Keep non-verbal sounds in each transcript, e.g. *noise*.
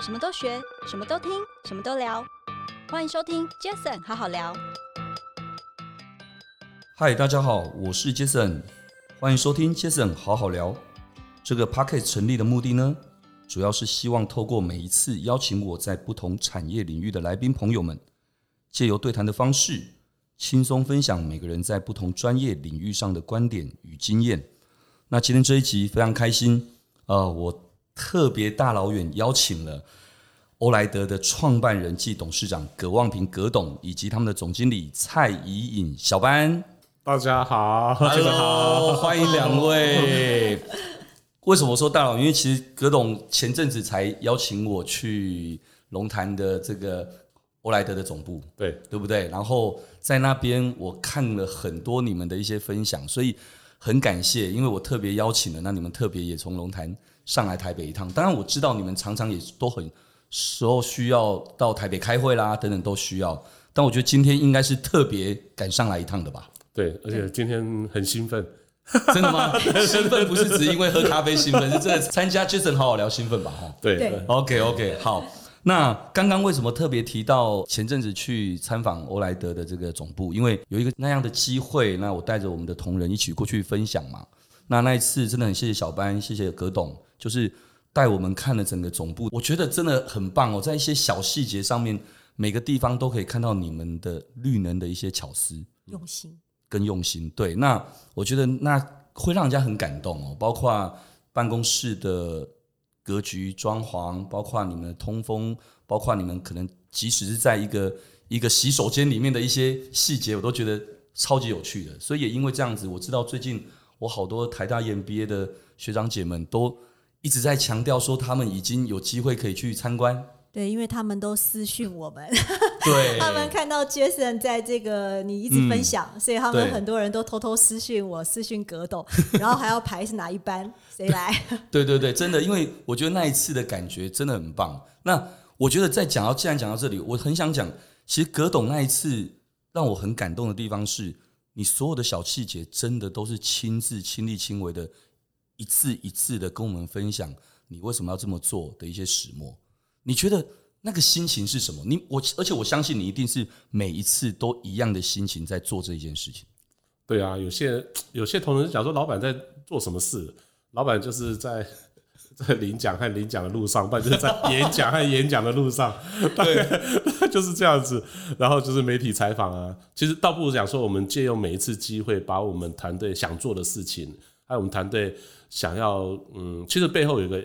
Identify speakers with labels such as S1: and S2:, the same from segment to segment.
S1: 什么都学，什么都听，什么都聊。欢迎收听 Jason 好好聊。
S2: 嗨，大家好，我是 Jason，欢迎收听 Jason 好好聊。这个 p o c k e t 成立的目的呢，主要是希望透过每一次邀请我在不同产业领域的来宾朋友们，借由对谈的方式，轻松分享每个人在不同专业领域上的观点与经验。那今天这一集非常开心，呃，我特别大老远邀请了。欧莱德的创办人暨董事长葛望平葛董，以及他们的总经理蔡怡颖小班，
S3: 大家好， *laughs* 大家
S2: 喽，
S3: 好，
S2: 欢迎两位。为什么说大佬？因为其实葛董前阵子才邀请我去龙潭的这个欧莱德的总部，
S3: 对，
S2: 对不对？然后在那边我看了很多你们的一些分享，所以很感谢，因为我特别邀请了，那你们特别也从龙潭上来台北一趟。当然我知道你们常常也都很时候需要到台北开会啦，等等都需要。但我觉得今天应该是特别赶上来一趟的吧？
S3: 对，而且今天很兴奋，
S2: 真的吗？ *laughs* 兴奋不是只因为喝咖啡兴奋，是真的参加 Jason 好好聊兴奋吧？哈。
S3: 对，
S4: 对
S3: 呃
S2: OK OK，好。那刚刚为什么特别提到前阵子去参访欧莱德的这个总部？因为有一个那样的机会，那我带着我们的同仁一起过去分享嘛。那那一次真的很谢谢小班，谢谢葛董，就是带我们看了整个总部，我觉得真的很棒哦，在一些小细节上面，每个地方都可以看到你们的绿能的一些巧思。
S4: 用心。
S2: 更用心。对，那我觉得那会让人家很感动哦，包括办公室的格局、装潢，包括你们的通风，包括你们可能即使是在一个一个洗手间里面的一些细节，我都觉得超级有趣的。所以也因为这样子，我知道最近我好多台大 EMBA 的学长姐们都。一直在强调说，他们已经有机会可以去参观，
S4: 对，因为他们都私讯我们，
S2: 对，
S4: *laughs*
S2: 嗯
S4: 他们看到 Jason 在这个你一直分享，所以他
S2: 对
S4: 们很多人都偷偷私讯我，私讯格斗，然后还要排是哪一班，谁
S2: *laughs*
S4: 来？
S2: 对对对，真的，因为我觉得那一次的感觉真的很棒。那我觉得在讲到，既然讲到这里，我很想讲，其实葛董那一次让我很感动的地方是，你所有的小细节真的都是亲自亲力亲为的，一次一次的跟我们分享你为什么要这么做的一些始末。你觉得那个心情是什么？你我，而且我相信你一定是每一次都一样的心情在做这一件事情。
S3: 对啊，有些有些同仁讲说，老板在做什么事？老板就是在在领奖和领奖的路上，不然就是在演讲和演讲的路上， *laughs* 对，就是这样子。然后就是媒体采访啊，其实倒不如讲说，我们借用每一次机会，把我们团队想做的事情，还有我们团队想要，嗯，其实背后有一个，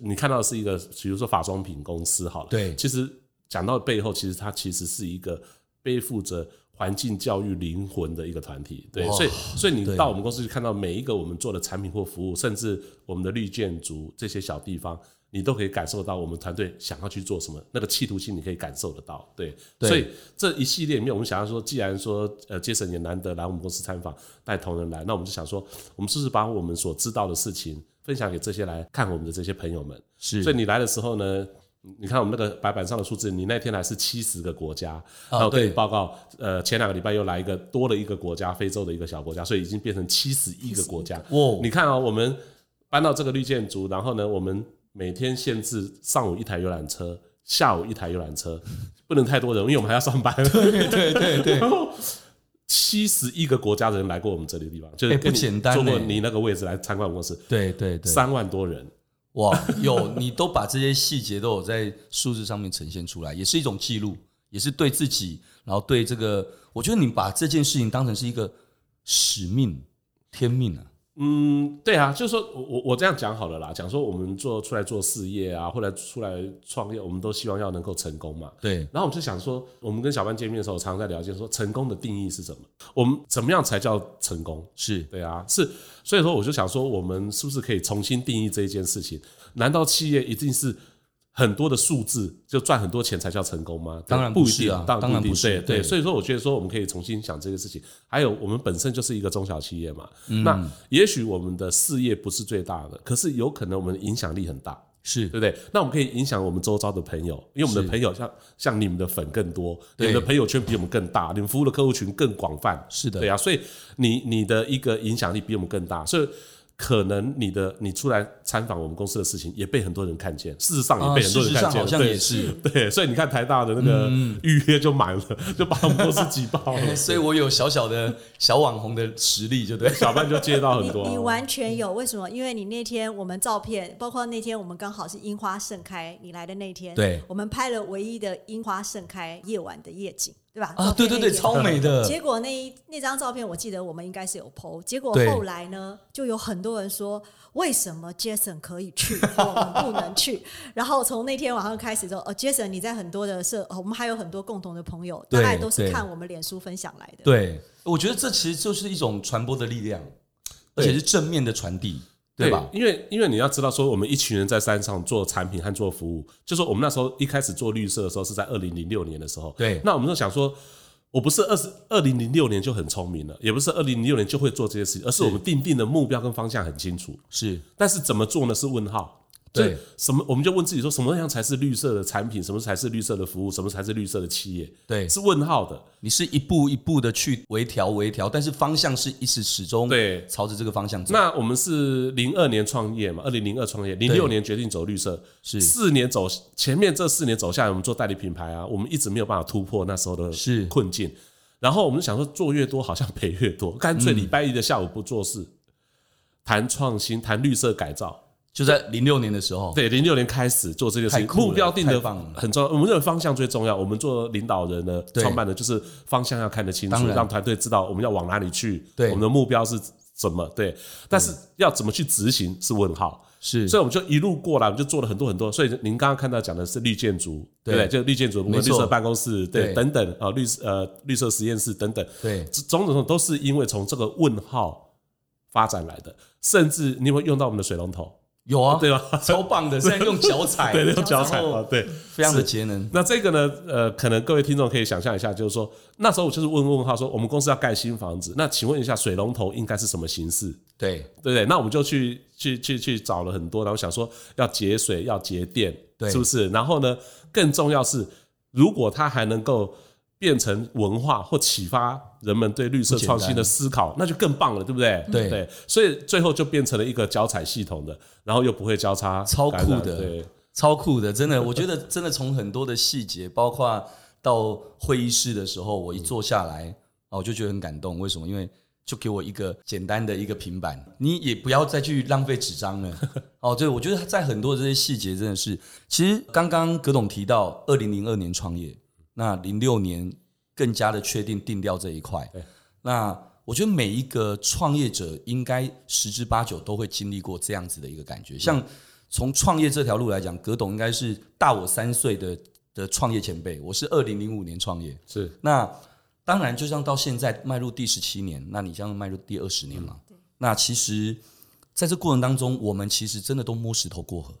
S3: 你看到的是一个，比如说法装品公司好了，
S2: 对
S3: 其实讲到背后，其实它其实是一个背负着环境教育灵魂的一个团体，对，
S2: 哇
S3: 所以所以你
S2: 对
S3: 到我们公司去看到每一个我们做的产品或服务，甚至我们的绿建筑这些小地方，你都可以感受到我们团队想要去做什么，那个企图心你可以感受得到。对，
S2: 对
S3: 所以这一系列里面，我们想要说，既然说呃杰森也难得来我们公司参访，带同仁来，那我们就想说，我们是不是把我们所知道的事情分享给这些来看我们的这些朋友们？
S2: 是
S3: 所以你来的时候呢，你看我们那个白板上的数字，你那天来是七十个国家，
S2: 啊
S3: 然后跟你
S2: 对
S3: 报告，呃，前两个礼拜又来一个多了一个国家，非洲的一个小国家，所以已经变成七十一个国家。
S2: 哇
S3: 你看啊、我们搬到这个绿建筑，然后呢，我们每天限制上午一台游览车，下午一台游览 *laughs* 车，不能太多人，因为我们还要上班。对对对对。然后七十一个国家的人来过我们这里的地方，就
S2: 哎
S3: 是
S2: 不
S3: 跟你
S2: 简单
S3: 坐过
S2: 哎
S3: 你那个位置来参观我们公司，
S2: 对对对
S3: 三万多人。
S2: 哇，有你都把这些细节都有在数字上面呈现出来，也是一种记录，也是对自己，然后对这个，我觉得你把这件事情当成是一个使命、天命啊，
S3: 嗯，对啊，就是说我我我这样讲好了啦，讲说我们做出来做事业啊，或者出来创业，我们都希望要能够成功嘛。
S2: 对，
S3: 然后我们就想说，我们跟小班见面的时候，常常在聊天说，成功的定义是什么？我们怎么样才叫成功？
S2: 是
S3: 对啊，是，所以说我就想说，我们是不是可以重新定义这一件事情？难道企业一定是很多的数字就赚很多钱才叫成功吗？
S2: 当然
S3: 不
S2: 不
S3: 一
S2: 是
S3: 定
S2: 啊，当
S3: 当
S2: 然
S3: 不一定
S2: 不是
S3: 对对
S2: 对
S3: 所以说我觉得说我们可以重新想这个事情。还有我们本身就是一个中小企业嘛，
S2: 嗯
S3: 那也许我们的事业不是最大的，可是有可能我们的影响力很大。
S2: 是
S3: 对不对？那我们可以影响我们周遭的朋友，因为我们
S2: 是
S3: 的朋友像像你们的粉更多，
S2: 对
S3: 你们的朋友圈比我们更大，你们服务的客户群更广泛，
S2: 是的
S3: 对啊，所以你你的一个影响力比我们更大，所以可能你的你出来参访我们公司的事情也被很多人看见，事实上也
S2: 啊
S3: 被很多人看
S2: 事
S3: 见，
S2: 实上好像
S3: 对
S2: 也是，
S3: *laughs* 对，所以你看台大的那个预约就满了，就把我们公司挤爆了
S2: 哎 *laughs* 所以我有小小的小网红的实力，就对。
S3: 小班就接到
S4: 你
S3: 很
S2: 哦
S3: 多啊，
S4: 你完全有，为什么？因为你那天我们照片，包括那天我们刚好是樱花盛开，你来的那天，
S2: 对
S4: 我们拍了唯一的樱花盛开夜晚的夜景，对吧？
S2: 啊，
S4: 照
S2: 对
S4: 片
S2: 对
S4: 那
S2: 对，
S4: 一页
S2: 超美的。
S4: 结果那一那张照片，我记得我们应该是有 PO。结果
S2: 对
S4: 后来呢，就有很多人说，为什么 Jason 可以去，我们不能
S2: *laughs*
S4: 去？然后从那天晚上开始之后，哦，Jason 你在很多的社，哦我们还有很多共同的朋友，大
S2: 对
S4: 概都是
S2: 对
S4: 看我们脸书分享来的。
S2: 对，我觉得这其实就是一种传播的力量，而
S3: 对
S2: 且是正面的传递，对吧？
S3: 因为因为你要知道，说我们一群人在山上做产品和做服务，就说我们那时候一开始做绿色的时候是在二零零六年的时候，
S2: 对
S3: 那我们就想说。我不是二十二零零六年就很聪明了，也不是二零零六年就会做这些事情，而是我们定定的目标跟方向很清楚。
S2: 是
S3: 但是怎么做呢？是问号。
S2: 对，
S3: 什么？我们就问自己说，什么样才是绿色的产品？什么才是绿色的服务？什么才是绿色的企业？
S2: 对
S3: 是问号的。
S2: 你是一步一步的去微调微调，但是方向是一直始终
S3: 对
S2: 朝着这个方向走。
S3: 那我们是零二年创业嘛，二零零二创业，零六年决定走绿色，
S2: 是
S3: 四年走前面这四年走下来，我们做代理品牌啊，我们一直没有办法突破那时候的
S2: 是
S3: 困境。然后我们想说，做越多好像赔越多，干
S2: 嗯
S3: 脆礼拜一的下午不做事，谈创新，谈绿色改造。
S2: 就在零六年的时候，
S3: 对，零六年开始做这件事
S2: 太，
S3: 情
S2: 酷了
S3: 目标定
S2: 太
S3: 的
S2: 棒了
S3: 很重要。我们认为方向最重要。我们做领导人的
S2: 对
S3: 创办人，就是方向要看得清
S2: 当
S3: 楚，
S2: 然
S3: 让团队知道我们要往哪里去，
S2: 对
S3: 我们的目标是什么。对，但是要怎么去执行是问号。
S2: 是
S3: 所以我们就一路过来，我们就做了很多很多。所以您刚刚看到讲的是绿建筑，对不
S2: 对
S3: 对？就绿建筑的部分，
S2: 没
S3: 绿
S2: 错
S3: 色办公室，
S2: 对
S3: 对，等等啊，绿呃绿色实验室等等，
S2: 对
S3: 种种种都是因为从这个问号发展来的。甚至你有没有用到我们的水龙头？
S2: 有啊，
S3: 对吧
S2: 超棒的，现在用脚踩，
S3: *laughs* 对，用脚踩
S2: 然后
S3: 啊，对，
S2: 非常的节能。
S3: 那这个呢，呃，可能各位听众可以想象一下，就是说那时候我就是问问号说，我们公司要盖新房子，那请问一下水龙头应该是什么形式，
S2: 对
S3: 对不对？那我们就去去去去找了很多，然后想说要节水，要节电，
S2: 对
S3: 是不是？然后呢，更重要是，如果它还能够变成文化或启发人们对绿色
S2: 不简
S3: 创
S2: 单
S3: 新的思考，那就更棒了，对不对？
S2: 对
S3: 对，所以最后就变成了一个脚踩系统的，然后又不会交叉
S2: 超
S3: 感染
S2: 酷的
S3: 对。
S2: 超酷的，真的，我觉得 *laughs* 真的从很多的细节，包括到会议室的时候，我一坐下来，啊，我就觉得很感动。为什么？因为就给我一个简单的一个平板，你也不要再去浪费纸张了。哦，对，我觉得在很多的这些细节真的是，其实刚刚葛董提到二零零二年创业，那零六年更加的确定定调这一块
S3: 对。
S2: 那我觉得每一个创业者应该十之八九都会经历过这样子的一个感觉。像从创业这条路来讲，葛董应该是大我三岁的的创业前辈，我是二零零五年创业，
S3: 是
S2: 那当然，就像到现在迈入第十七年，那你将迈入第二十年嘛。那其实在这过程当中，我们其实真的都摸石头过河。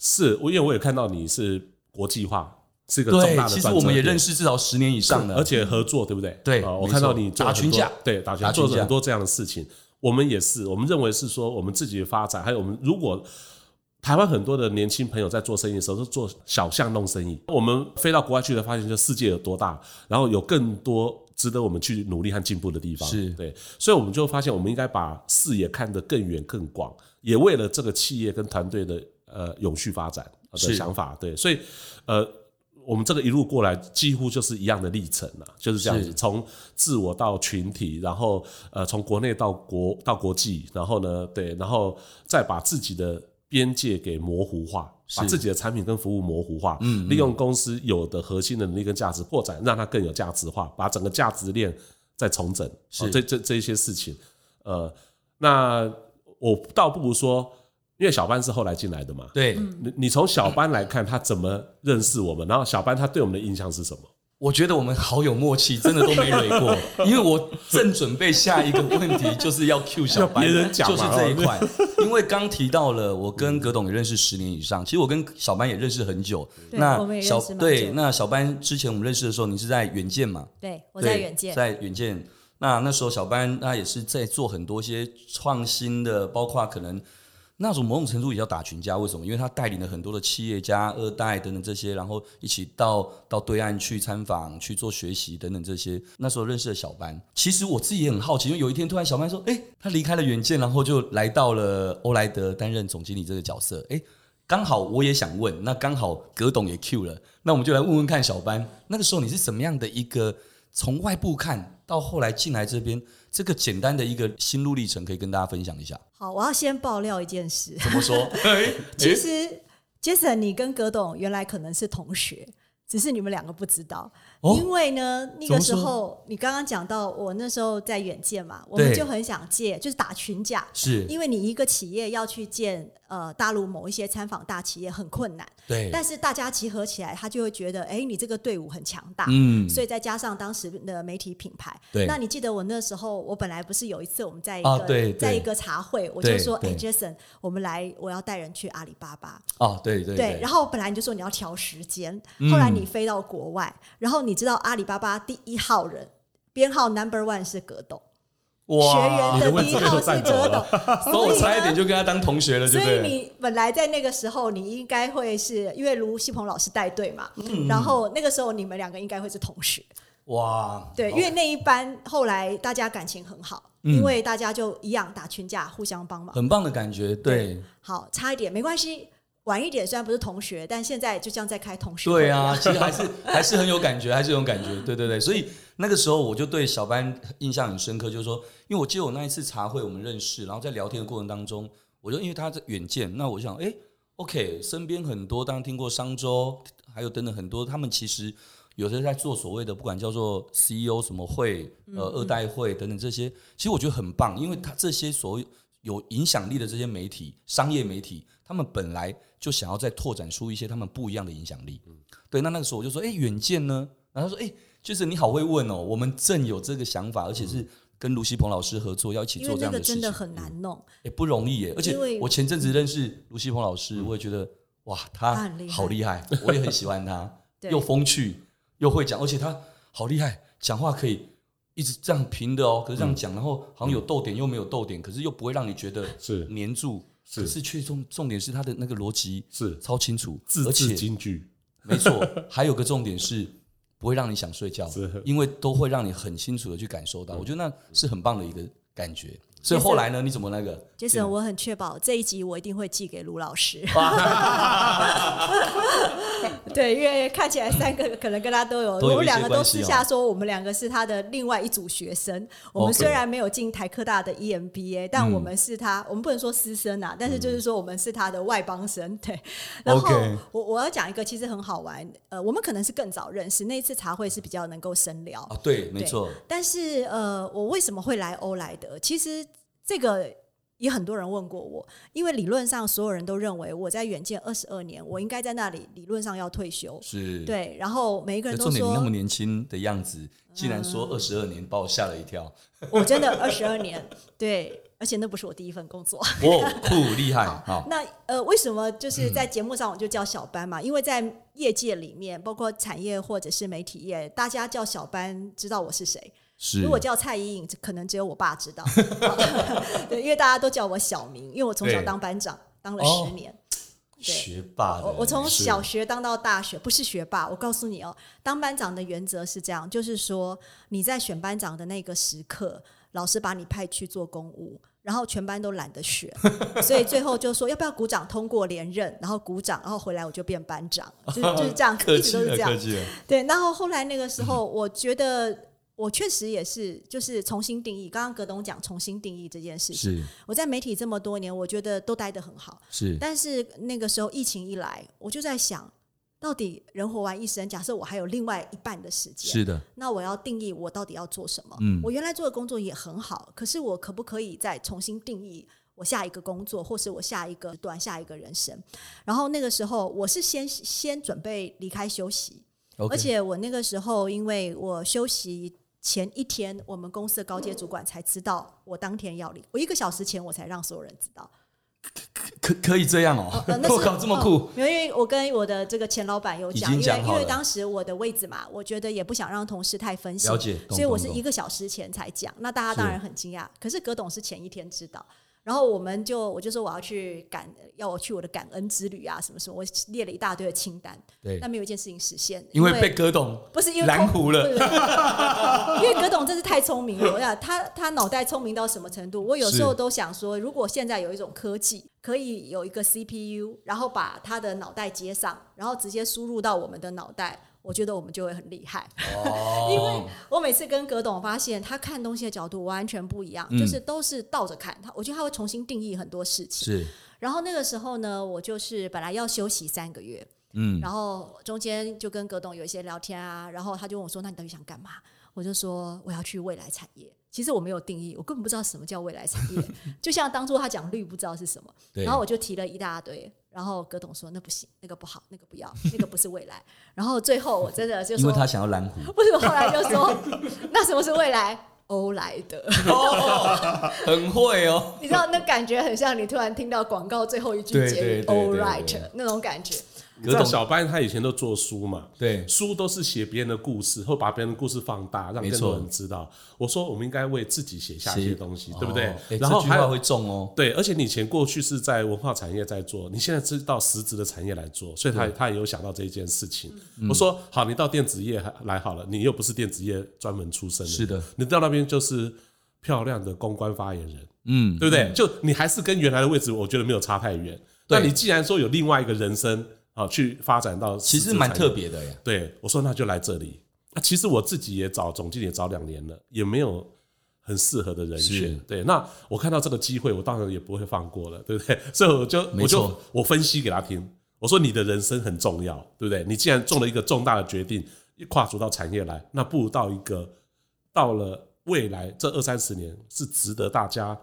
S3: 是，我因为我也看到你是国际化，是一个重大
S2: 对，
S3: 的
S2: 其实
S3: 转
S2: 我
S3: 折
S2: 们也
S3: 点
S2: 认识至少十年以上的，
S3: 而且合作，对不对？
S2: 对
S3: 啊我
S2: 没
S3: 看到
S2: 错
S3: 你做
S2: 打
S3: 很
S2: 群
S3: 多
S2: 架
S3: 对，打群
S2: 打
S3: 架
S2: 群
S3: 做了
S2: 架
S3: 很多这样的事情。我们也是，我们认为是说我们自己的发展，还有我们如果台湾很多的年轻朋友在做生意的时候是做小巷弄生意，我们飞到国外去才发现这世界有多大，然后有更多。值得我们去努力和进步的地方，
S2: 是
S3: 对，所以我们就发现，我们应该把视野看得更远、更广，也为了这个企业跟团队的呃永续发展呃
S2: 是
S3: 的想法，对，所以呃，我们这个一路过来，几乎就是一样的历程啊，就是这样子，
S2: 是
S3: 从自我到群体，然后呃，从国内到国到国际，然后呢，对，然后再把自己的边界给模糊化，把
S2: 是嗯
S3: 自己的产品跟服务模糊化，利用公司有的核心的能力跟价值扩展，让它更有价值化，把整个价值链再重整，
S2: 是
S3: 哦这这这一些事情，呃，那我倒不如说，因为小班是后来进来的嘛，
S2: 对，
S3: 你你从小班来看，他怎么认识我们？然后小班他对我们的印象是什么？
S2: 我觉得我们好有默契，真的都没累
S3: *laughs*
S2: 过。因为我正准备下一个问题，就是要 Q 小白，
S3: 要别人讲
S2: 就
S3: 嘛哦
S2: 是这一块。因为刚提到了，我跟葛董也认识十年以上，其实我跟小班也认识很久。
S4: 对
S2: 那
S4: 我们也认
S2: 小
S4: 识蛮
S2: 对，
S4: 久
S2: 那小班之前我们认识的时候，你是在远见嘛？
S4: 对，我
S2: 对
S4: 在远见，
S2: 在远见。那那时候小班他也是在做很多一些创新的，包括可能那种某种程度也叫打群架，为什么？因为他带领了很多的企业家、二代等等这些，然后一起到到对岸去参访、去做学习等等这些。那时候认识了小班，其实我自己也很好奇，因为有一天突然小班说：“哎、他离开了远见，然后就来到了欧莱德担任总经理这个角色。哎，刚好我也想问，那刚好葛董也 Q 了，那我们就来问问看小班，那个时候你是怎么样的一个从外部看到后来进来这边这个简单的一个心路历程，可以跟大家分享一下。
S4: 好，我要先爆料一件事，
S2: 怎么说？哎
S4: 其实 Jason 你跟葛董原来可能是同学，只是你们两个不知道，
S2: 哦
S4: 因为呢那
S2: 怎
S4: 个
S2: 么
S4: 时
S2: 说
S4: 候你刚刚讲到我那时候在远见嘛，我们
S2: 对
S4: 就很想借，就是打群架。
S2: *laughs* 是
S4: 因为你一个企业要去见呃大陆某一些参访大企业很困难，
S2: 对，
S4: 但是大家集合起来，他就会觉得，哎，你这个队伍很强大，
S2: 嗯
S4: 所以再加上当时的媒体品牌，
S2: 对
S4: 那你记得我那时候，我本来不是有一次我们在一个、
S2: 啊对对
S4: 在一个茶会，我就
S2: 对
S4: 说，哎
S2: 对
S4: ，Jason，我们来，我要带人去阿里巴巴，
S2: 哦，对对嗯
S4: 对，然后本来你就说你要调时间，后来你飞到国外，然后你知道阿里巴巴第一号人编号 Number One 是葛董，学员
S3: 你的
S4: 的
S3: 位
S4: 第一
S3: 置被
S4: 号
S3: 我
S4: 是
S3: 占走
S4: 葛
S3: 了
S2: *laughs* 所
S4: 董，
S2: 以我
S4: 所以
S2: 差一
S4: 呢
S2: 点就跟他当同学了，对
S4: 所
S2: 不
S4: 以
S2: 对？
S4: 你本来在那个时候，你应该会是因为卢西鹏老师带队嘛，
S2: 嗯
S4: 然后那个时候你们两个应该会是同学，
S2: 哇，
S4: 对，
S2: 好嗯
S4: 因为那一班后来大家感情很好，因为大家就一样打群架，互相帮忙。
S2: 很棒的感觉，对
S4: 好，差一点没关系，晚一点虽然不是同学，但现在就像在开同学会
S2: 对
S4: 一样
S2: 啊，其实还是 *laughs* 还是很有感觉，还是有感觉，对对对。所以那个时候我就对小班印象很深刻，就是说，因为我记得我那一次茶会我们认识，然后在聊天的过程当中，我就因为他在远见，那我就想，哎，OK，身边很多当然听过商周，还有等等很多，他们其实有的在做所谓的不管叫做 CEO 什么会，
S4: 嗯
S2: 呃，二代会等等这些，其实我觉得很棒，因为他这些所谓有影响力的这些媒体、商业媒体，他们本来就想要再拓展出一些他们不一样的影响力。
S4: 嗯
S2: 对，那那个时候我就说，哎、远见呢？然后他说，哎、就是你好会问哦，我们正有这个想法，而且是跟卢西鹏老师合作，要一起
S4: 嗯因为
S2: 做这
S4: 那
S2: 样
S4: 个
S2: 的事
S4: 真
S2: 情，
S4: 的很难弄，
S2: 哎、不容易耶。而且
S4: 因为嗯
S2: 我前阵子认识卢西鹏老师，我也觉得哇，
S4: 他
S2: 他
S4: 很厉害
S2: 好厉害，我也很喜欢他。
S4: 对
S2: 又风趣又会讲，而且他好厉害，讲话可以一直这样平的哦，可是这样
S4: 嗯
S2: 讲，然后好像有逗点又没有逗点，可是又不会让你觉得
S3: 是
S2: 黏住，
S3: 是
S2: 可是却重重点是他的那个逻辑
S3: 是
S2: 超清楚，
S3: 字
S2: 而
S3: 字
S2: 且
S3: 金句，
S2: 没错，还有个重点是。不会让你想睡
S4: *laughs*
S2: 觉
S3: 是，
S2: 因为都会让你很清楚的去感
S4: 嗯
S2: 受到，我觉得那是很棒的一个感觉。所以后来呢，你怎么那个？
S4: ，Jason，我很确保这一集我一定会寄给卢老师。 *laughs* 对，因为看起来三个可能跟他都有，
S2: 都有一些
S4: 我们两个都
S2: 关系哦哦
S4: 私下说，我们两个是他的另外一组学生。我们
S2: OK
S4: 虽然没有进台科大的 E EMBA，但我们是他，
S2: 嗯
S4: 我们不能说师生啊，但是就是说我们是他的外帮生。对，然后
S2: 嗯 OK
S4: 我我要讲一个其实很好玩，呃，我们可能是更早认识，那一次茶会是比较能够深聊。
S2: 啊，对，没
S4: 对
S2: 错，
S4: 但是呃，我为什么会来欧莱德？其实这个也很多人问过我，因为理论上所有人都认为我在远见二十二年，我应该在那里理论上要退休。
S2: 是。
S4: 对，然后每一个人都
S2: 重点，你那么
S4: 说，嗯
S2: 年轻的样子，竟然说二十二年，把我吓了一跳。
S4: 我真的二十二年，对，而且那不是我第一份工作。
S2: 哇，酷厉害！好，
S4: *laughs* 那呃，为什么就是
S2: 嗯
S4: 在节目上我就叫小班嘛？因为在业界里面，包括产业或者是媒体业，大家叫小班，知道我是谁。
S2: 是
S4: 如果叫蔡依颖，可能只有我爸知道， *laughs* 对，因为大家都叫我小名，因为我从小
S2: 对
S4: 当班长当了
S2: 哦
S4: 十年，
S2: 学霸的
S4: 我我从
S2: 是，
S4: 小学当到大学，不是学霸。我告诉你哦，当班长的原则是这样，就是说你在选班长的那个时刻，老师把你派去做公务，然后全班都懒得选， *laughs* 所以最后就说要不要鼓掌通过连任，然后鼓掌，然后回来我就变班长，就是就是这样
S2: 客
S4: 一直
S2: 气
S4: 都是
S2: 了，
S4: 这样
S2: 客。气了。
S4: 对，然后后来那个时候，
S2: 嗯
S4: 我觉得我确实也是，就是重新定义。刚刚葛董讲重新定义这件事情，
S2: 是
S4: 我在媒体这么多年，我觉得都待得很好。
S2: 是，
S4: 但是那个时候疫情一来，我就在想，到底人活完一生，假设我还有另外一半的时间，
S2: 是的，
S4: 那我要定义我到底要做什么。
S2: 嗯
S4: 我原来做的工作也很好，可是我可不可以再重新定义我下一个工作，或是我下一个时段、下一个人生？然后那个时候，我是先先准备离开休息。
S2: OK
S4: 而且我那个时候，因为我休息前一天，我们公司的高阶主管才知道我当天要离，我一个小时前我才让所有人知道。
S2: 可可以这样哦 *laughs*
S4: 呃，那是
S2: 我靠，这么酷
S4: 哦！没有，因为我跟我的这个前老板有讲，
S2: 已经
S4: 因
S2: 讲
S4: 为
S2: 好
S4: 因
S2: 了
S4: 为当时我的位置嘛，我觉得也不想让同事太分心，
S2: 了解懂
S4: 所以我是
S2: 懂懂
S4: 一个小时前才讲，那大家当
S2: 是
S4: 然很惊讶。可是葛董是前一天知道，然后我们就我就说我要去感要我去我的感恩之旅啊，什么什么，我列了一大堆的清单，
S2: 对
S4: 但没有一件事情实现，
S2: 因为被葛董
S4: 不是因为
S2: 拦
S4: 空
S2: 糊了，
S4: 对 *laughs* 因为葛董真是太聪明了，我想他他脑袋聪明到什么程度？我有时候
S2: 是
S4: 都想说，如果现在有一种科技，可以有一个 CPU，然后把他的脑袋接上，然后直接输入到我们的脑袋，我觉得我们就会很厉
S2: *laughs*
S4: 害。因
S2: 哦
S4: 为我每次跟葛董发现，他看东西的角度完全不一样，
S2: 嗯
S4: 就是都是倒着看。他我觉得他会重新定义很多事情。
S2: 是
S4: 然后那个时候呢，我就是本来要休息三个月，
S2: 嗯，
S4: 然后中间就跟葛董有一些聊天啊，然后他就问我说：“那你到底想干嘛？”我就说：“我要去未来产业。”其实我没有定义，我根本不知道什么叫未来产
S2: *laughs*
S4: 业，就像当初他讲绿不知道是什么，
S2: 对
S4: 然后我就提了一大堆，然后葛董说：“那不行，那个不好，那个不要，那个不是未来。”然后最后我真的就
S2: 因
S4: 说
S2: 为他想要蓝湖，
S4: *laughs* 不是，我后来就说，那什么是未来？欧莱德，
S2: *laughs* 很会哦。
S4: 哦你知道那感觉很像你突然听到广告最后一句
S2: 对
S4: 结
S2: 对
S4: 语
S2: 对对
S4: ，All
S2: 对
S4: right
S2: 对
S4: 那种感觉。
S3: 你知道
S2: 葛董
S3: 小班他以前都做书嘛，
S2: 对
S3: 书都是写别人的故事，或把别人的故事放大，让
S2: 没
S3: 更
S2: 错
S3: 多人知道。我说我们应该为自己写下一些东西，对不对？
S2: 哦诶
S3: 然后
S2: 这句
S3: 还
S2: 话
S3: 有
S2: 会中哦，
S3: 对，而且你以前过去是在文化产业在做，你现在是到实质的产业来做，所以他他也有想到这一件事情。
S2: 嗯
S3: 我说好，你到电子业来好了，你又不是电子业专门出身的，
S2: 是的，
S3: 你到那边就是漂亮的公关发言人，
S2: 嗯，
S3: 对不对？就你还是跟原来的位置，我觉得没有差太远。
S2: 对
S3: 那你既然说有另外一个人生啊，去发展到
S2: 其
S3: 实
S2: 实
S3: 质
S2: 蛮
S3: 产
S2: 特
S3: 业。
S2: 别的呀。
S3: 对，我说那就来这里。那其实我自己也找总经理也找两年了，也没有很适合的人
S2: 是
S3: 选。对，那我看到这个机会，我当然也不会放过了，对不对？ *laughs* 所以我就
S2: 没
S3: 我就
S2: 错
S3: 我分析给他听，我说你的人生很重要，对不对？你既然做了一个重大的决定，跨足到产业来，那不如到一个到了未来这二三十年是值得大家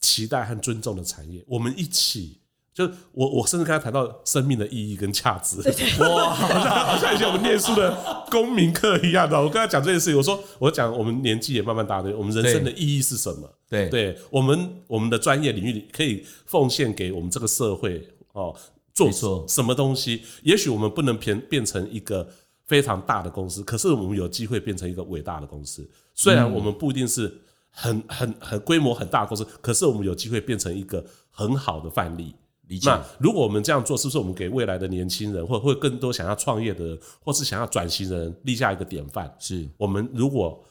S3: 期待和尊重的产业，我们一起。就我，我甚至跟他谈到生命的意义跟价值，
S2: *laughs*
S3: *laughs* 哇，好像好像以前我们念书的公民课一样的。我跟他讲这件事情，我说我讲我们年纪也慢慢大了，我们人生的意义是什么？
S2: 对
S3: 对我们我们的专业领域里可以奉献给我们这个社会哦，做
S2: 没错
S3: 什么东西？也许我们不能变变成一个非常大的公司，可是我们有机会变成一个伟大的公司。虽然我们不一定是很很很规模很大的公司，可是我们有机会变成一个很好的范例。
S2: 理解
S3: 那如果我们这样做，是不是我们给未来的年轻人，或或更多想要创业的人，或是想要转型的人立下一个典范？
S2: 是
S3: 我们如果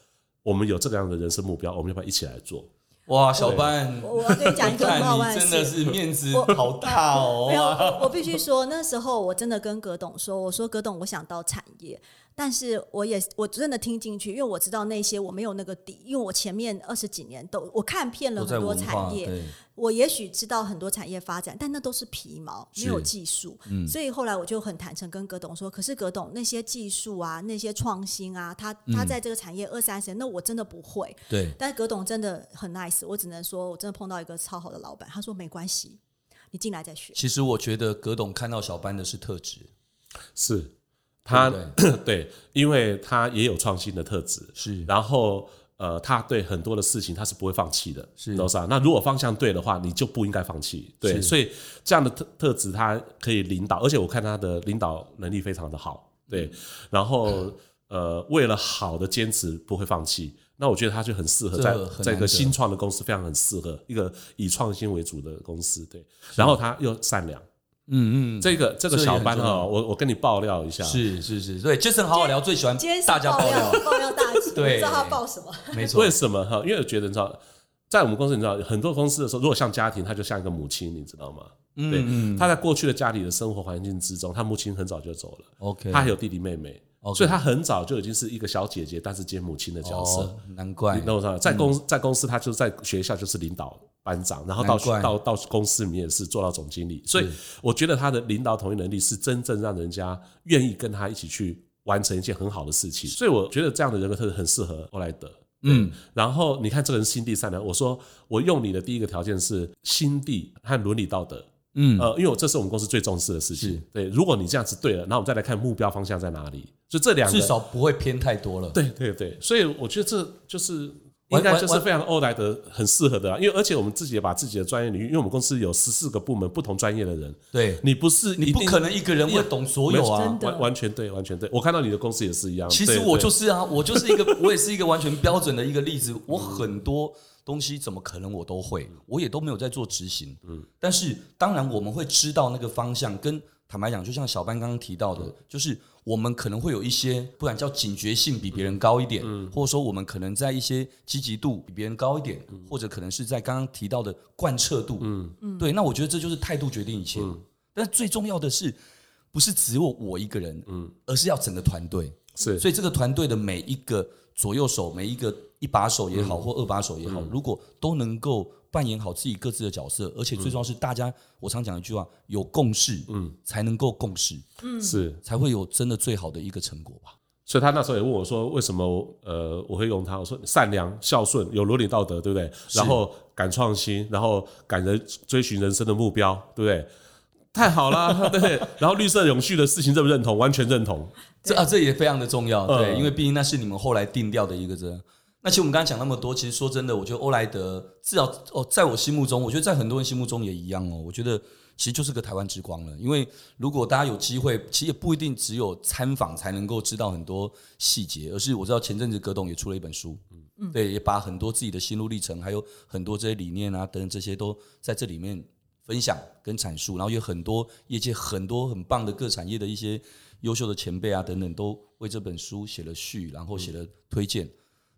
S3: 我们有这样的人生目标，我们要不要一起来做？
S2: 哇，小班，
S4: 我我跟你讲一个很
S2: 看
S4: 好
S2: *laughs*
S4: 玩
S2: 你真的。是
S4: 事
S2: 面子好大
S4: *laughs* 没有，
S2: 哦。
S4: 我我必须说，那时候我真的跟葛董说，我说葛董，我想到产业，但是我也我真的听进去，因为我知道那些我没有那个底，因为我前面二十几年都我看遍了
S2: 都在
S4: 很多
S2: 文化，
S4: 产业，
S2: 对，
S4: 我也许知道很多产业发展，但那都是皮毛，
S2: 是嗯
S4: 没有技术。所以后来我就很坦诚跟葛董说，可是葛董那些技术啊，那些创新啊，他
S2: 嗯
S4: 他在这个产业二三十年，那我真的不会。
S2: 对，
S4: 但是葛董真的很 nice，我只能说我真的碰到一个超好的老板，他说没关系，你进来再学。
S2: 其实我觉得葛董看到小班的是特质，
S3: 是他
S2: 对
S3: *coughs* 对，因为他也有创新的特质，
S2: 是
S3: 然后呃，他对很多的事情他是不会放弃的，
S2: 是
S3: 都是啊。那如果方向对的话，你就不应该放弃。对，
S2: 是
S3: 所以这样的特特质他可以领导，而且我看他的领导能力非常的好。
S2: 嗯
S3: 对，然后呃，为了好的坚持不会放弃。那我觉得他就很适合
S2: 这
S3: 在
S2: 很难
S3: 在一个
S2: 得
S3: 新创的公司，非常很适合一个以创新为主的公司。对，然后他又善良，
S2: 嗯嗯，
S3: 这个这个
S2: 这也
S3: 小
S2: 很
S3: 班
S2: 重要
S3: 哈，我我跟你爆料一下，
S2: 是是是，对，Jason 好好聊，最喜欢
S4: 今天是
S2: 大家
S4: 爆
S2: 爆料，
S4: 爆料大集，
S2: 对
S4: 不知道他爆什么。
S2: *laughs* 没错
S3: 为，什么哈？因为我觉得你知道，在我们公司，你知道很多公司的时候，如果像家庭，他就像一个母亲，你知道吗？
S2: 嗯
S3: 对，他在过去的家里的生活环境之中，他母亲很早就走了，
S2: ，OK，
S3: 他还有弟弟妹妹，
S2: 嗯 OK
S3: 所以他很早就已经是一个小姐姐，但是兼母亲的角色。
S2: 哦，难怪
S3: 你，懂我说吗？在公在公司，他就在学校就是领导班长，然后到
S2: 难怪
S3: 到到公司里面也是做到总经理，所以我觉得他的领导统一能力是真正让人家愿意跟他一起去完成一件很好的事情。所以我觉得这样的人格特质很适合欧莱德。
S2: 嗯，
S3: 然后你看这个人心地善良，我说我用你的第一个条件是心地和伦理道德，
S2: 嗯
S3: 呃，因为我这是我们公司最重视的事
S2: 是
S3: 情。对，如果你这样子对了，那我们再来看目标方向在哪里，就这两个
S2: 至少不会偏太多了。
S3: 对对对，所以我觉得这就是
S2: 完
S3: 应该
S2: 完
S3: 就是
S2: 完
S3: 非常欧莱德很适合的、啊，因为而且我们自己也把自己的专业领域，因为我们公司有十四个部门不同专业的人，
S2: 对，
S3: 你不是
S2: 你
S3: 一
S2: 不
S3: 定
S2: 可能一个人会懂所有
S4: 真
S2: 啊
S4: 的。
S3: 完完全对，完全对。我看到你的公司也
S2: 嗯
S3: 是一样，
S2: 其实
S3: 对
S2: 我 *laughs*
S3: 对
S2: 就是啊，我就是一个，我也是一个完全标准的一个例子。我很多东西怎么可能我都会？我也都没有在做执行。嗯，但是当然我们会知道那个方向。跟坦白讲，就像小班刚刚提到的，就是我们可能会有一些，不然叫警觉性比别人高一点，或者说我们可能在一些积极度比别人高一点，或者可能是在刚刚提到的贯彻度。嗯嗯，对。那我觉得这就是态度决定一切。但最重要的是，不是只有我一个人，嗯，而是要整个团队。
S3: 是
S2: 所以这个团队的每一个左右手，每一个一把手也好，或二把手也好，如果都能够扮演好自己各自的角色，而且最重要是大家，我常讲一句话，有共识，嗯，才能够共识，
S3: 是，
S2: 才会有真的最好的一个成果吧。
S3: 所以他那时候也问我说，为什么我呃我会用它？我说善良、孝顺、有伦理道德，对不对？然后敢创新，然后敢人追寻人生的目标，对不对？太好啦， *laughs* 对不对。然后绿色永续的事情认不认同？完全认同。
S2: 这啊，这也非常的重要，
S3: 嗯
S2: 对，因为毕竟那是你们后来定掉的一个这样。那其实我们刚刚讲那么多，其实说真的，我觉得欧莱德至少哦，在我心目中，我觉得在很多人心目中也一样哦。我觉得其实就是个台湾之光了，因为如果大家有机会，其实也不一定只有参访才能够知道很多细节，而是我知道前阵子葛董也出了一本书，嗯，对，也把很多自己的心路历程，还有很多这些理念啊等等这些都在这里面分享跟阐述，然后有很多业界很多很棒的各产业的一些优秀的前辈啊等等，都为这本书写了序，然后写了推荐。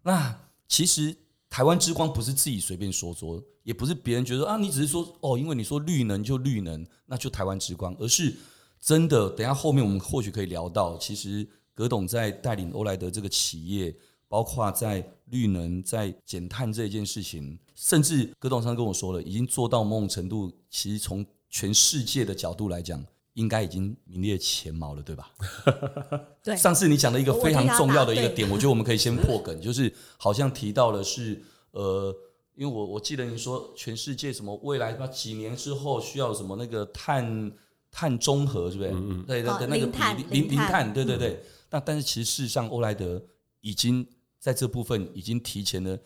S2: 那其实台湾之光不是自己随便说说，也不是别人觉得啊，你只是说哦，因为你说绿能就绿能，那就台湾之光，而是真的。等一下后面我们或许可以聊到，其实葛董在带领欧莱德这个企业，包括在绿能、在减碳这件事情，甚至葛董上次跟我说了，已经做到某种程度，其实从全世界的角度来讲。应该已经名列前茅了，对吧？
S4: 对，
S2: 上次你讲的一个非常重要的一个
S4: 我替他打
S2: 点，我觉得我们可以
S4: *laughs*
S2: 先破梗，就是好像提到了是呃，因为我我记得你说全世界什么未来那几年之后需要什么那个碳碳中和，是不是？对对
S4: 哦
S2: 对，那个
S4: 零碳
S2: 比例零
S4: 零碳嗯
S2: 碳，对对对。那但是其实事实上，欧莱德已经在这部分已经提前了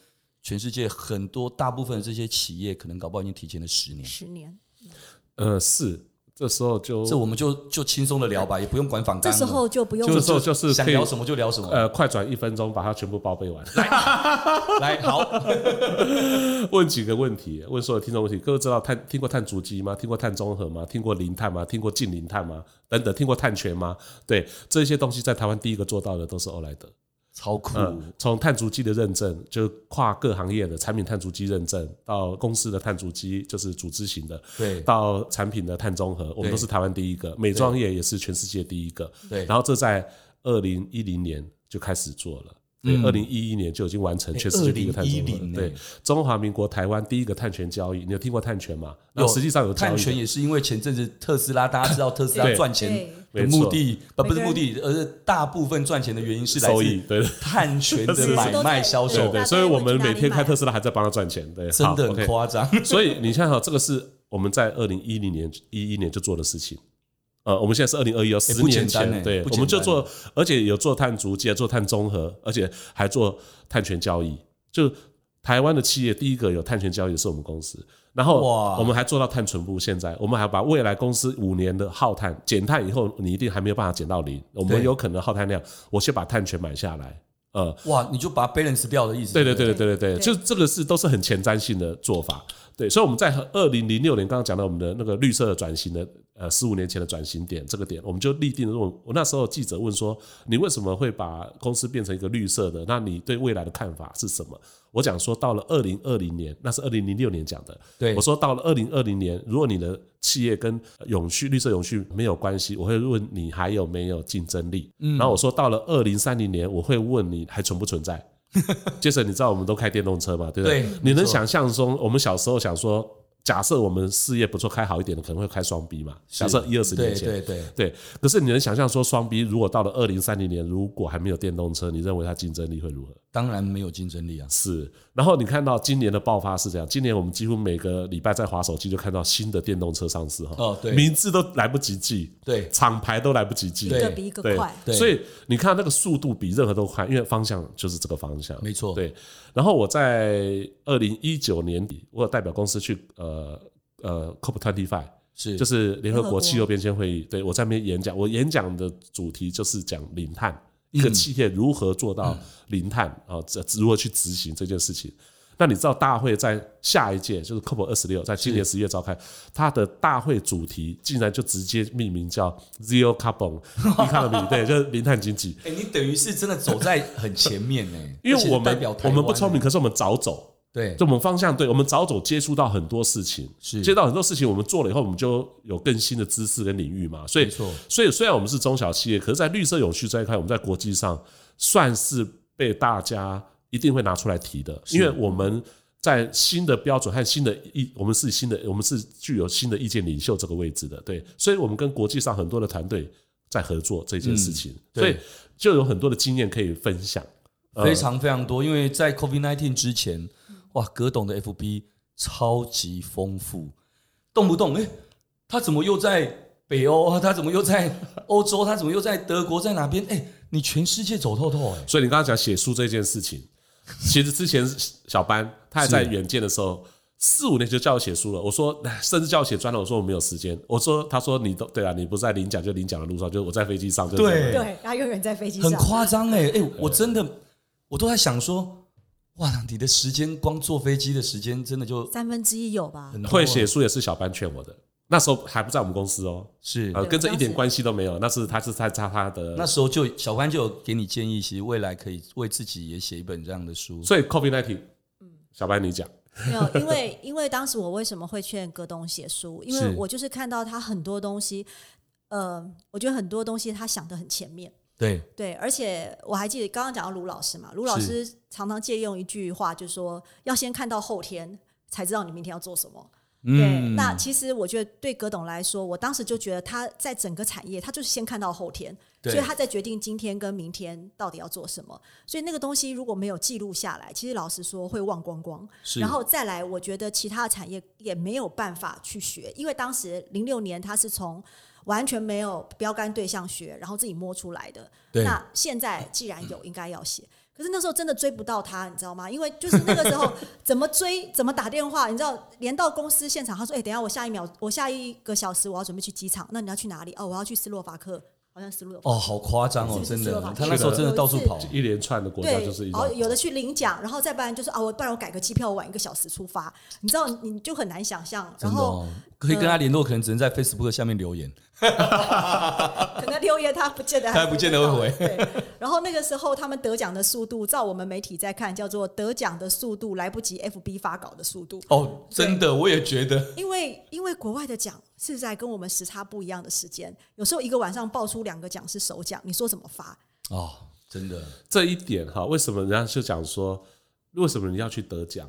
S2: 全世界很多大部分的这些企业，可能搞不好已经提前了十年。
S4: 十年，
S3: 呃，是，这时候就
S2: 这我们就就轻松的聊吧，也不用管反
S4: 这
S2: 纲了。
S4: 时候就不用
S3: 这时候就是
S2: 想
S3: 可以
S2: 聊什么就聊什么。
S3: 呃快转一分钟把它全部报备完。
S2: 来，好。
S4: *laughs*
S3: 问几个问题，问所有听众问题。各位知道碳听过碳足迹吗？听过碳中和吗？听过零碳吗？听过近零碳吗？等等，听过碳权吗？对，这些东西在台湾第一个做到的都是欧莱德。
S2: 超酷，
S3: 嗯，从碳足迹的认证，就是跨各行业的产品碳足迹认证，到公司的碳足迹，就是组织型的，
S2: 对
S3: 到产品的碳中和，我们都是台湾第一个，美妆业也是全世界第一个。
S2: 对
S3: 然后这在二零一零年就开始做了。
S2: 嗯
S3: 对，二零一一年就已经完
S2: 哎
S3: 成全世界第一个碳中和。
S2: 2010
S3: 对
S2: 呢，
S3: 中华民国台湾第一个碳权交易，你有听过碳权吗？
S2: 有
S3: 那实际上有交易
S2: 碳
S3: 的
S2: 权也是因为前阵子特斯拉，大家知道特斯拉
S3: 对
S2: 赚钱的
S3: 对
S2: 目的，呃，不是
S4: 每个人
S2: 目的，而是大部分赚钱的原因是来
S3: 收益，
S2: 自 *laughs*
S3: 对对
S2: 碳
S4: *laughs*
S2: 权的买卖销
S3: 对
S2: 售，
S3: 对，
S4: 大家
S3: 所以我
S4: 会
S3: 们
S4: 去哪
S3: 每
S4: 里
S3: 天开
S4: 买
S3: 特斯拉还在帮他赚钱，对，
S2: 真
S3: 好
S2: 的很
S3: ，OK
S2: 夸张。
S3: 所以你看哈，这个是我们在二零一零年、一一年就做的事情。呃，我们现在是二零二一，十
S2: 不
S3: 年
S2: 简单
S3: 前，
S2: 欸
S3: 对，
S2: 不
S3: 我
S2: 简单
S3: 们就做，而且有做碳足迹，做碳中和，而且还做碳权交易。就台湾的企业第一个有碳权交易的是我们公司，然后
S2: 哇
S3: 我们还做到碳存部。现在我们还把未来公司五年的耗碳减碳以后，你一定还没有办法减到零，我们
S2: 对
S3: 有可能耗碳量，我先把碳权买下来，呃，
S2: 哇，你就把它 balance 掉的意思？
S3: 对对
S2: 不
S3: 对对对对，
S4: 对
S3: 就这个是都是很前瞻性的做法。对，所以我们在二零零六年刚刚讲到我们的那个绿色转型的呃十五年前的转型点这个点，我们就立定了。我我那时候记者问说，你为什么会把公司变成一个绿色的？那你对未来的看法是什么？我讲说到了二零二零年，那是二零零六年讲的。
S2: 对
S3: 我说到了二零二零年，如果你的企业跟永续、绿色永续没有关系，我会问你还有没有竞争力。
S2: 嗯
S3: 然后我说到了二零三零年，我会问你还存不存
S2: *laughs*
S3: 在。杰森，你知道我们都开电动车嘛？对不对？
S2: 对
S3: 你
S2: 没
S3: 能
S2: 错
S3: 想象中，我们小时候想说，假设我们事业不错，开好一点的，可能会开双 B 嘛？假设一二十
S2: 对
S3: 年前，
S2: 对对，
S3: 对，可是你能想象说，双 B 如果到了二零三零年，如果还没有电动车，你认为它竞争力会如何？
S2: 当然没有竞争力啊，
S3: 是。然后你看到今年的爆发是这样，今年我们几乎每个礼拜在划手机就看到新的电动车上市哈，
S2: 哦对
S3: 名字都来不及记，
S2: 对
S3: 厂牌都来不及记，
S4: 一个比一个
S3: 对
S4: 快，
S2: 对
S3: 所以你看那个速度比任何都快，因为方向就是这个方向，
S2: 没错
S3: 对。然后我在二零一九年底，我有代表公司去呃呃 COP twenty five。
S2: 是
S3: 就是联合
S4: 联合
S3: 国
S4: 国
S3: 气候变迁会议，对我在那边演讲，我演讲的主题就是讲零
S2: 嗯
S3: 哦碳，一个企业如何做到零碳啊，这、如何去执行这件事情。那你知道大会在下一届就是 COP 二十六，在今年十月召开，它的大会主题竟然就直接命名叫 Zero
S2: *laughs*
S3: Carbon Economy，对，就是零碳经济。
S2: 哎、你等于是真的走在很前面呢、
S3: *laughs* 因
S2: 而且
S3: 为我
S2: 代
S3: 们
S2: 表台
S3: 我
S2: 湾
S3: 们不聪明，
S2: 欸，
S3: 可是我们早走，
S2: 对
S3: 就，我们方向对，我们早走接触到很多事情，
S2: 是
S3: 接到很多事情，我们做了以后，我们就有更新的知识跟领域嘛。所
S2: 没
S3: 以
S2: 错，
S3: 所以虽然我们是中小企业，可是，在绿色有序这一块，我们在国际上算是被大家一定会拿出来提的，因为我们在新的标准和新的意，我们是新的，我们是具有新的意见领袖这个位置的，对，所以我们跟国际上很多的团队在合作这件事情，
S2: 嗯
S3: 所以
S2: 对
S3: 就有很多的经验可以分享。呃
S2: 非常非常多。因为在 COVID 1 9之前，哇，葛董的 FB 超级丰富，动不动哎、他怎么又在北欧？他怎么又在欧洲？他怎么又在德国？在哪边？哎、你全世界走透透哎、
S3: 所以你刚刚讲写书这件事情，其实之前小班他还在
S2: 是
S3: 远见的时候，四五年就叫我写书了。我说，哎甚至叫我写专栏，我说我没有时间。我说，他说你都对啊，你不在领奖就领奖的路上，就是我在飞机上，就是
S2: 对
S4: 对，他永远在飞机上
S2: 很。夸张哎哎，
S3: 嗯
S2: 我真的我都在想说，哇，你的时间光坐飞机的时间真的就
S4: 三分之一有吧？
S2: 很多
S3: 会写书也是小班劝我的。那时候还不在我们公司哦，
S2: 是
S3: 呃，
S4: 对
S3: 跟这一
S4: 当
S3: 点
S4: 时
S3: 关系都没有。那是他是在他他的
S2: 那时候就小潘就有给你建议，其实未来可以为自己也写一本这样的书。
S3: 所以 COVID nineteen，小白你讲，
S4: 没有，因为因为当时我为什么会劝葛东写书，因为
S2: 是
S4: 我就是看到他很多东西，呃，我觉得很多东西他想的很前面。
S2: 对，
S4: 对，而且我还记得刚刚讲到卢老师嘛，卢老师常常借用一句话，就说要先看到后天，才知道你明天要做什么。
S2: 嗯
S4: 对，那其实我觉得对葛董来说，我当时就觉得他在整个产业，他就是先看到后天，
S2: 对
S4: 所以他在决定今天跟明天到底要做什么。所以那个东西如果没有记录下来，其实老实说会忘光光。
S2: 是
S4: 然后再来，我觉得其他的产业也没有办法去学，因为当时零六年他是从完全没有标杆对象学，然后自己摸出来的。
S2: 对
S4: 那现在既然有，应该要写。可是那时候真的追不到他，你知道吗？因为就是那个
S2: *laughs*
S4: 时候怎么追，怎么打电话，你知道，连到公司现场，他说：“哎、等一下我下一秒，我下一个小时我要准备去机场，那你要去哪里？哦，我要去斯洛伐克，好像斯洛伐克。
S2: 哦，好夸张哦，
S4: 是
S2: 真
S4: 是
S2: 的
S4: 吧，
S2: 他那时候真的到处跑
S4: 有。
S3: 一连串的国家
S4: 对
S3: 就是一，
S4: 然后
S3: 种
S4: 有的去领奖，然后再不然就是啊，我不然我改个机票，我晚一个小时出发，你知道，你就很难想象。然
S2: 真的
S4: 后
S2: 哦，可以跟他联络，可能只能在 Facebook 下面留言。
S4: 可能留言他
S2: *laughs*
S4: 不见得，
S2: 他不见得会回
S4: 对，然后那个时候他们得奖的速度，照我们媒体在看，叫做得奖的速度来不及 FB 发稿的速度，
S2: 哦，真的，我也觉得
S4: 因为因为国外的奖是在跟我们时差不一样的时间，有时候一个晚上爆出两个奖是首奖，你说怎么发？
S2: 哦，真的
S3: 这一点哈，为什么人家就讲说，为什么你要去得奖？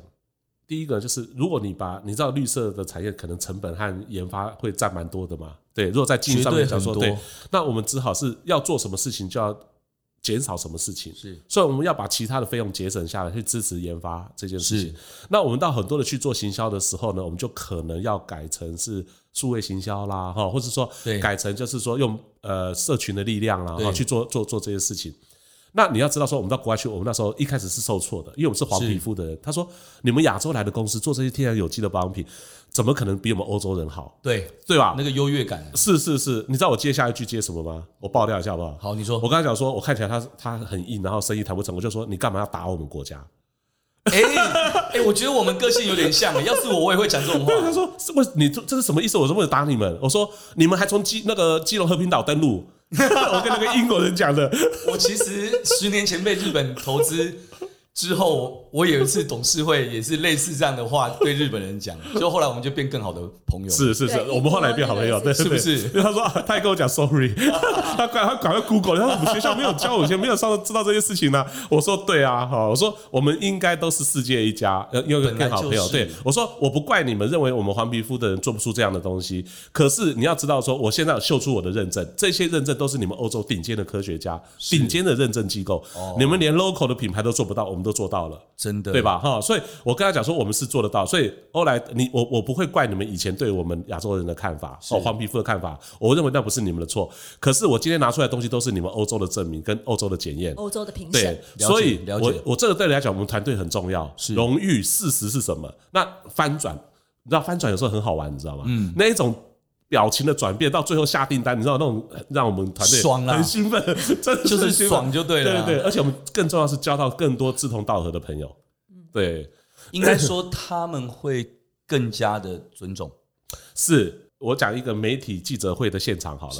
S3: 第一个就是，如果你把你知道绿色的产业可能成本和研发会占蛮多的嘛，对。如果在技术上面讲说，
S2: 绝对
S3: 对
S2: 很多，
S3: 那我们只好是要做什么事情就要减少什么事情，
S2: 是
S3: 所以我们要把其他的费用节省下来去支持研发这件事
S2: 是
S3: 情。那我们到很多的去做行销的时候呢，我们就可能要改成是数位行销啦，哈，或者说
S2: 对
S3: 改成就是说用呃社群的力量啦，
S2: 对
S3: 哈，去做做做这些事情。那你要知道说，我们到国外去，我们那时候一开始是受挫的，因为我们是黄皮肤的人。他说，你们亚洲来的公司做这些天然有机的保养品，怎么可能比我们欧洲人好，
S2: 对
S3: 对吧？
S2: 那个优越感。
S3: 是是是，你知道我接下一句接什么吗？我爆料一下好不好？
S2: 好，你说
S3: 我，跟他讲说，我看起来他他很硬，然后生意谈不成，我就说你干嘛要打我们国家？
S2: 哎哎，我觉得我们个性有点像，欸要是我，我也会讲这种话
S3: 对，。他说是为你这这是什么意思？我说为了打你们，我说你们还从基那个基隆和平岛登陆， *laughs* 我跟那个英国人讲的，
S2: 我其实十年前被日本投资之后，我有一次董事会也是类似这样的话对日本人讲，就后来我们就变更好的朋友。
S3: 是是是，
S4: 对
S3: 我们后来变好朋友，
S4: 英
S3: 对，对
S4: 国
S2: 那个
S3: 对
S2: 是不是
S3: 因为他说啊他还跟我讲 sorry，他赶他赶快 Google，他说我们学校没有教我，以前没有上知道这些事情呢、我说对啊，哈，我说我们应该都是世界一家，呃，有个
S2: 本来
S3: 更好朋
S2: 就
S3: 友。
S2: 是
S3: 对我说我不怪你们认为我们黄皮肤的人做不出这样的东西，可是你要知道说，我现在有秀出我的认证，这些认证都是你们欧洲顶尖的科学家、顶尖的认证机构，
S2: 哦
S3: 你们连 local 的品牌都做不到，我们都做到了。
S2: 真的
S3: 对？吧？哈，所以我跟他讲说，我们是做得到。所以欧莱，你我我不会怪你们以前对我们亚洲人的看法，哦，黄皮肤的看法，我认为那不是你们的错。可是我今天拿出来的东西都是你们欧洲的证明跟欧洲的检验。
S4: 欧洲的评
S3: 对
S4: 审，
S2: 哦了解
S3: 所以
S2: 了解
S3: 我我这个对你来讲，我们团队很重要。荣誉事实是什么？那翻转，你知道翻转有时候很好玩，你知道吗？嗯，那一种。表情的转变到最后下订单，你知道那种让我们团队
S2: 爽啦
S3: 很兴奋，真的
S2: 就是
S3: 很兴奋
S2: 爽就对了啦啊嗯
S3: 对对对，而且我们更重要是交到更多志同道合的朋友。对，
S2: 应该说他们会更加的尊 *laughs* 重，
S3: 是我讲一个媒体记者会的现场好了，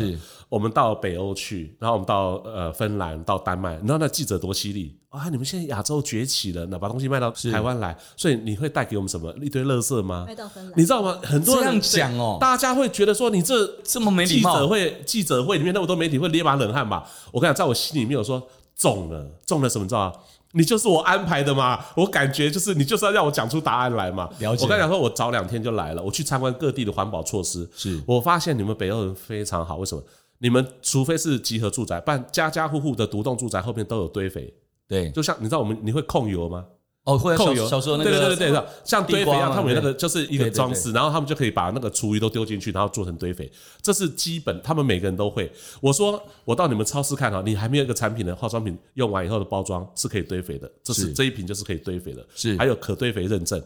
S3: 我们到北欧去，然后我们到呃芬兰、到丹麦，你知道那记者多犀利啊！你们现在亚洲崛起了，哪把东西卖到台湾来？所以你会带给我们什么？一堆垃圾吗
S4: 卖？到芬兰
S3: 你，知道吗？很多
S2: 这
S3: 人
S2: 样讲哦，
S3: 大家会觉得说你这
S2: 这么没礼
S3: 记
S2: 貌
S3: 者会记者会里面那么多媒体会捏把冷汗吧？我跟你讲，在我心里面我说中了，中了什么你知道吗？你就是我安排的嘛，我感觉就是你就是要让我讲出答案来嘛。
S2: 了解
S3: 我跟你讲说，我早两天就来了，我去参观各地的环保措施，
S2: 是
S3: 我发现你们北欧人非常好，为什么？你们除非是集合住宅，不然家家户户的独栋住宅后面都有堆肥，
S2: 对
S3: 就像你知道我们你会控油吗？
S2: 哦，会啊
S3: 控
S2: 小
S3: 油，
S2: 小时候那个
S3: 对对对对，像堆肥一样，
S2: 地瓜嘛
S3: 他们有那个
S2: 对
S3: 就是一个
S2: 对对
S3: 装置，然后他们就可以把那个厨余都丢进去，然后做成堆肥，这是基本，他们每个人都会。我说我到你们超市看哈，你还没有一个产品的化妆品用完以后的包装是可以堆肥的，这是
S2: 是
S3: 这一瓶就是可以堆肥的，
S2: 是
S3: 还有可堆肥认证。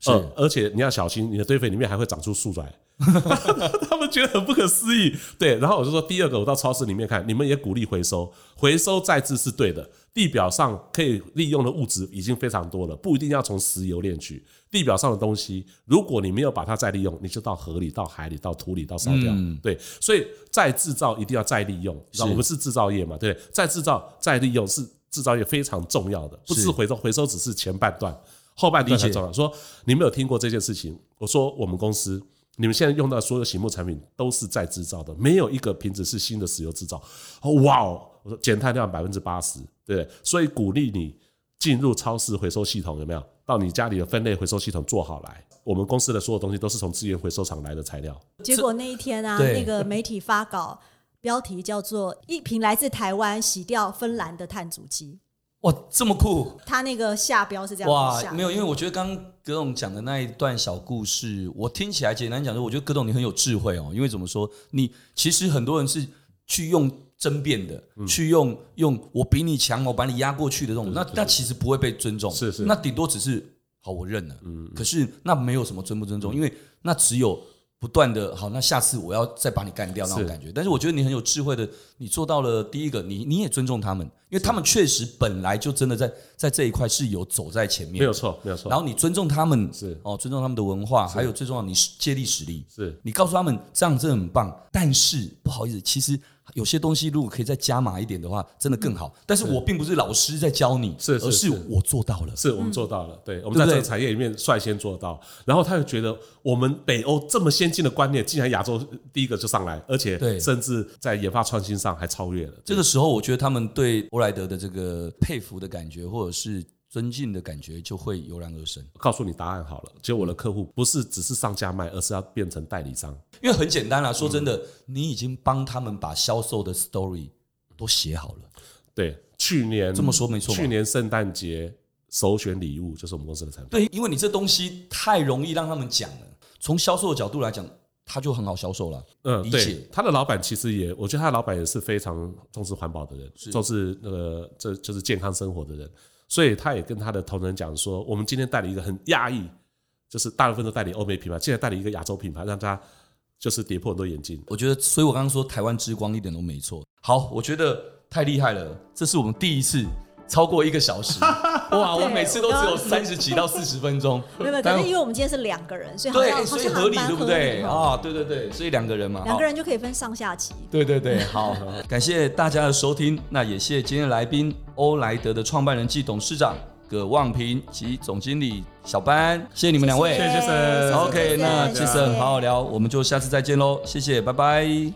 S2: 是
S3: 呃而且你要小心，你的堆肥里面还会长出树来。 *laughs* 他们觉得很不可思议。对，然后我就说第二个，我到超市里面看，你们也鼓励回收，回收再制是对的。地表上可以利用的物质已经非常多了，不一定要从石油炼取。地表上的东西，如果你没有把它再利用，你就到河里、到海里、到土里、到烧掉。
S2: 嗯
S3: 对，所以再制造一定要再利用。然后我们是制造业嘛，对不对，再制造、再利用是制造业非常重要的，不是
S2: 是
S3: 回收，回收只是前半段。后半段才重要。说你们有听过这件事情？我说我们公司，你们现在用到的所有醒目产品都是再制造的，没有一个瓶子是新的石油制造。哦，哇哦！我说减碳量百分之八十，对不对？所以鼓励你进入超市回收系统，有没有？到你家里的分类回收系统做好来。我们公司的所有东西都是从资源回收厂来的材料。
S4: 结果那一天啊，
S2: 对
S4: 那个媒体发稿。标题叫做“一瓶来自台湾洗掉芬兰的碳足迹
S2: 哇，这么酷”，
S4: 它那个下标是这样子
S2: 哇
S4: 下，的，
S2: 没有，因为我觉得刚刚葛董讲的那一段小故事，我听起来简单讲说，我觉得葛董你很有智慧哦，因为怎么说，你其实很多人是去用。争辩的，
S3: 嗯
S2: 去用用我比你强，我把你压过去的这种，那那其实不会被尊重，
S3: 是是嗯
S2: 那顶多只是好，我认了。可是那没有什么尊不尊重，因为那只有不断的好，那下次我要再把你干掉那种
S3: 是
S2: 感觉。但是我觉得你很有智慧的，你做到了第一个，你你也尊重他们，因为他们确实本来就真的在在这一块是有走在前面，
S3: 没有。错，没有错。
S2: 然后你尊重他们，
S3: 是
S2: 哦，尊重他们的文化，还有最重要，你是借力使力。
S3: 是
S2: 你告诉他们这样真的很棒，但是不好意思，其实有些东西如果可以再加码一点的话，真的更好。但是我并不是老师在教你，
S3: 嗯是是
S2: 而是
S3: 是
S2: 我做到了。
S3: 是我们做到了，对，我
S2: 嗯
S3: 们
S2: 对
S3: 在
S2: 不
S3: 这
S2: 对
S3: 个产业里面率先做到，然后他又觉得我们北欧这么先进的观念，竟然亚洲第一个就上来，而且
S2: 对
S3: 甚至在研发创新上还超越了。
S2: 这个时候，我觉得他们对欧莱德的这个佩服的感觉，或者是尊敬的感觉，就会油然而生。
S3: 告诉你答案好了，结果我的客户不是只是上架卖，而是要变成代理商。
S2: 因为很简单啦、说真的，你已经帮他们把销售的 story 都写好了。
S3: 对，去年
S2: 这么说没错吧
S3: 去年圣诞节首选礼物就是我们公司的产品。
S2: 对，因为你这东西太容易让他们讲了。从销售的角度来讲，它就很好销售了。
S3: 嗯，
S2: 理
S3: 对
S2: 解，
S3: 他的老板其实也，我觉得他的老板也是非常重视环保的人，重视那个这就是健康生活的人，所以他也跟他的同仁讲说，我们今天代理一个很亚裔，就是大部分都代理欧美品牌，现在代理一个亚洲品牌，让他就是跌破很多眼镜。
S2: 我觉得，所以我刚刚说台湾之光一点都没错。好，我觉得太厉害了，这是我们第一次超过一个小时。哇，
S4: 对
S2: 我每次都只
S4: 我刚
S2: 有三十几到四十分钟。
S4: 没有没有，可
S2: 但
S4: 是因为我们今天是两个人，所以好
S2: 对，
S4: 像好
S2: 所以
S4: 像
S2: 合
S4: 还
S2: 理，
S4: 蛮
S2: 对不
S4: 合
S2: 对？
S4: 理哦。
S2: 啊，对对对，所以两个人嘛，
S4: 两
S2: 好
S4: 个人就可以分上下集。
S2: 对对对，好，感谢大家的收听，那也谢谢今天的来宾欧莱德的创办人暨董事长葛望平及总经理小班，谢谢你们两位。
S3: 谢谢 Jason
S2: 好 OK，那
S4: 谢谢
S2: 杰森好好聊，我们就下次再见喽，谢谢，拜拜。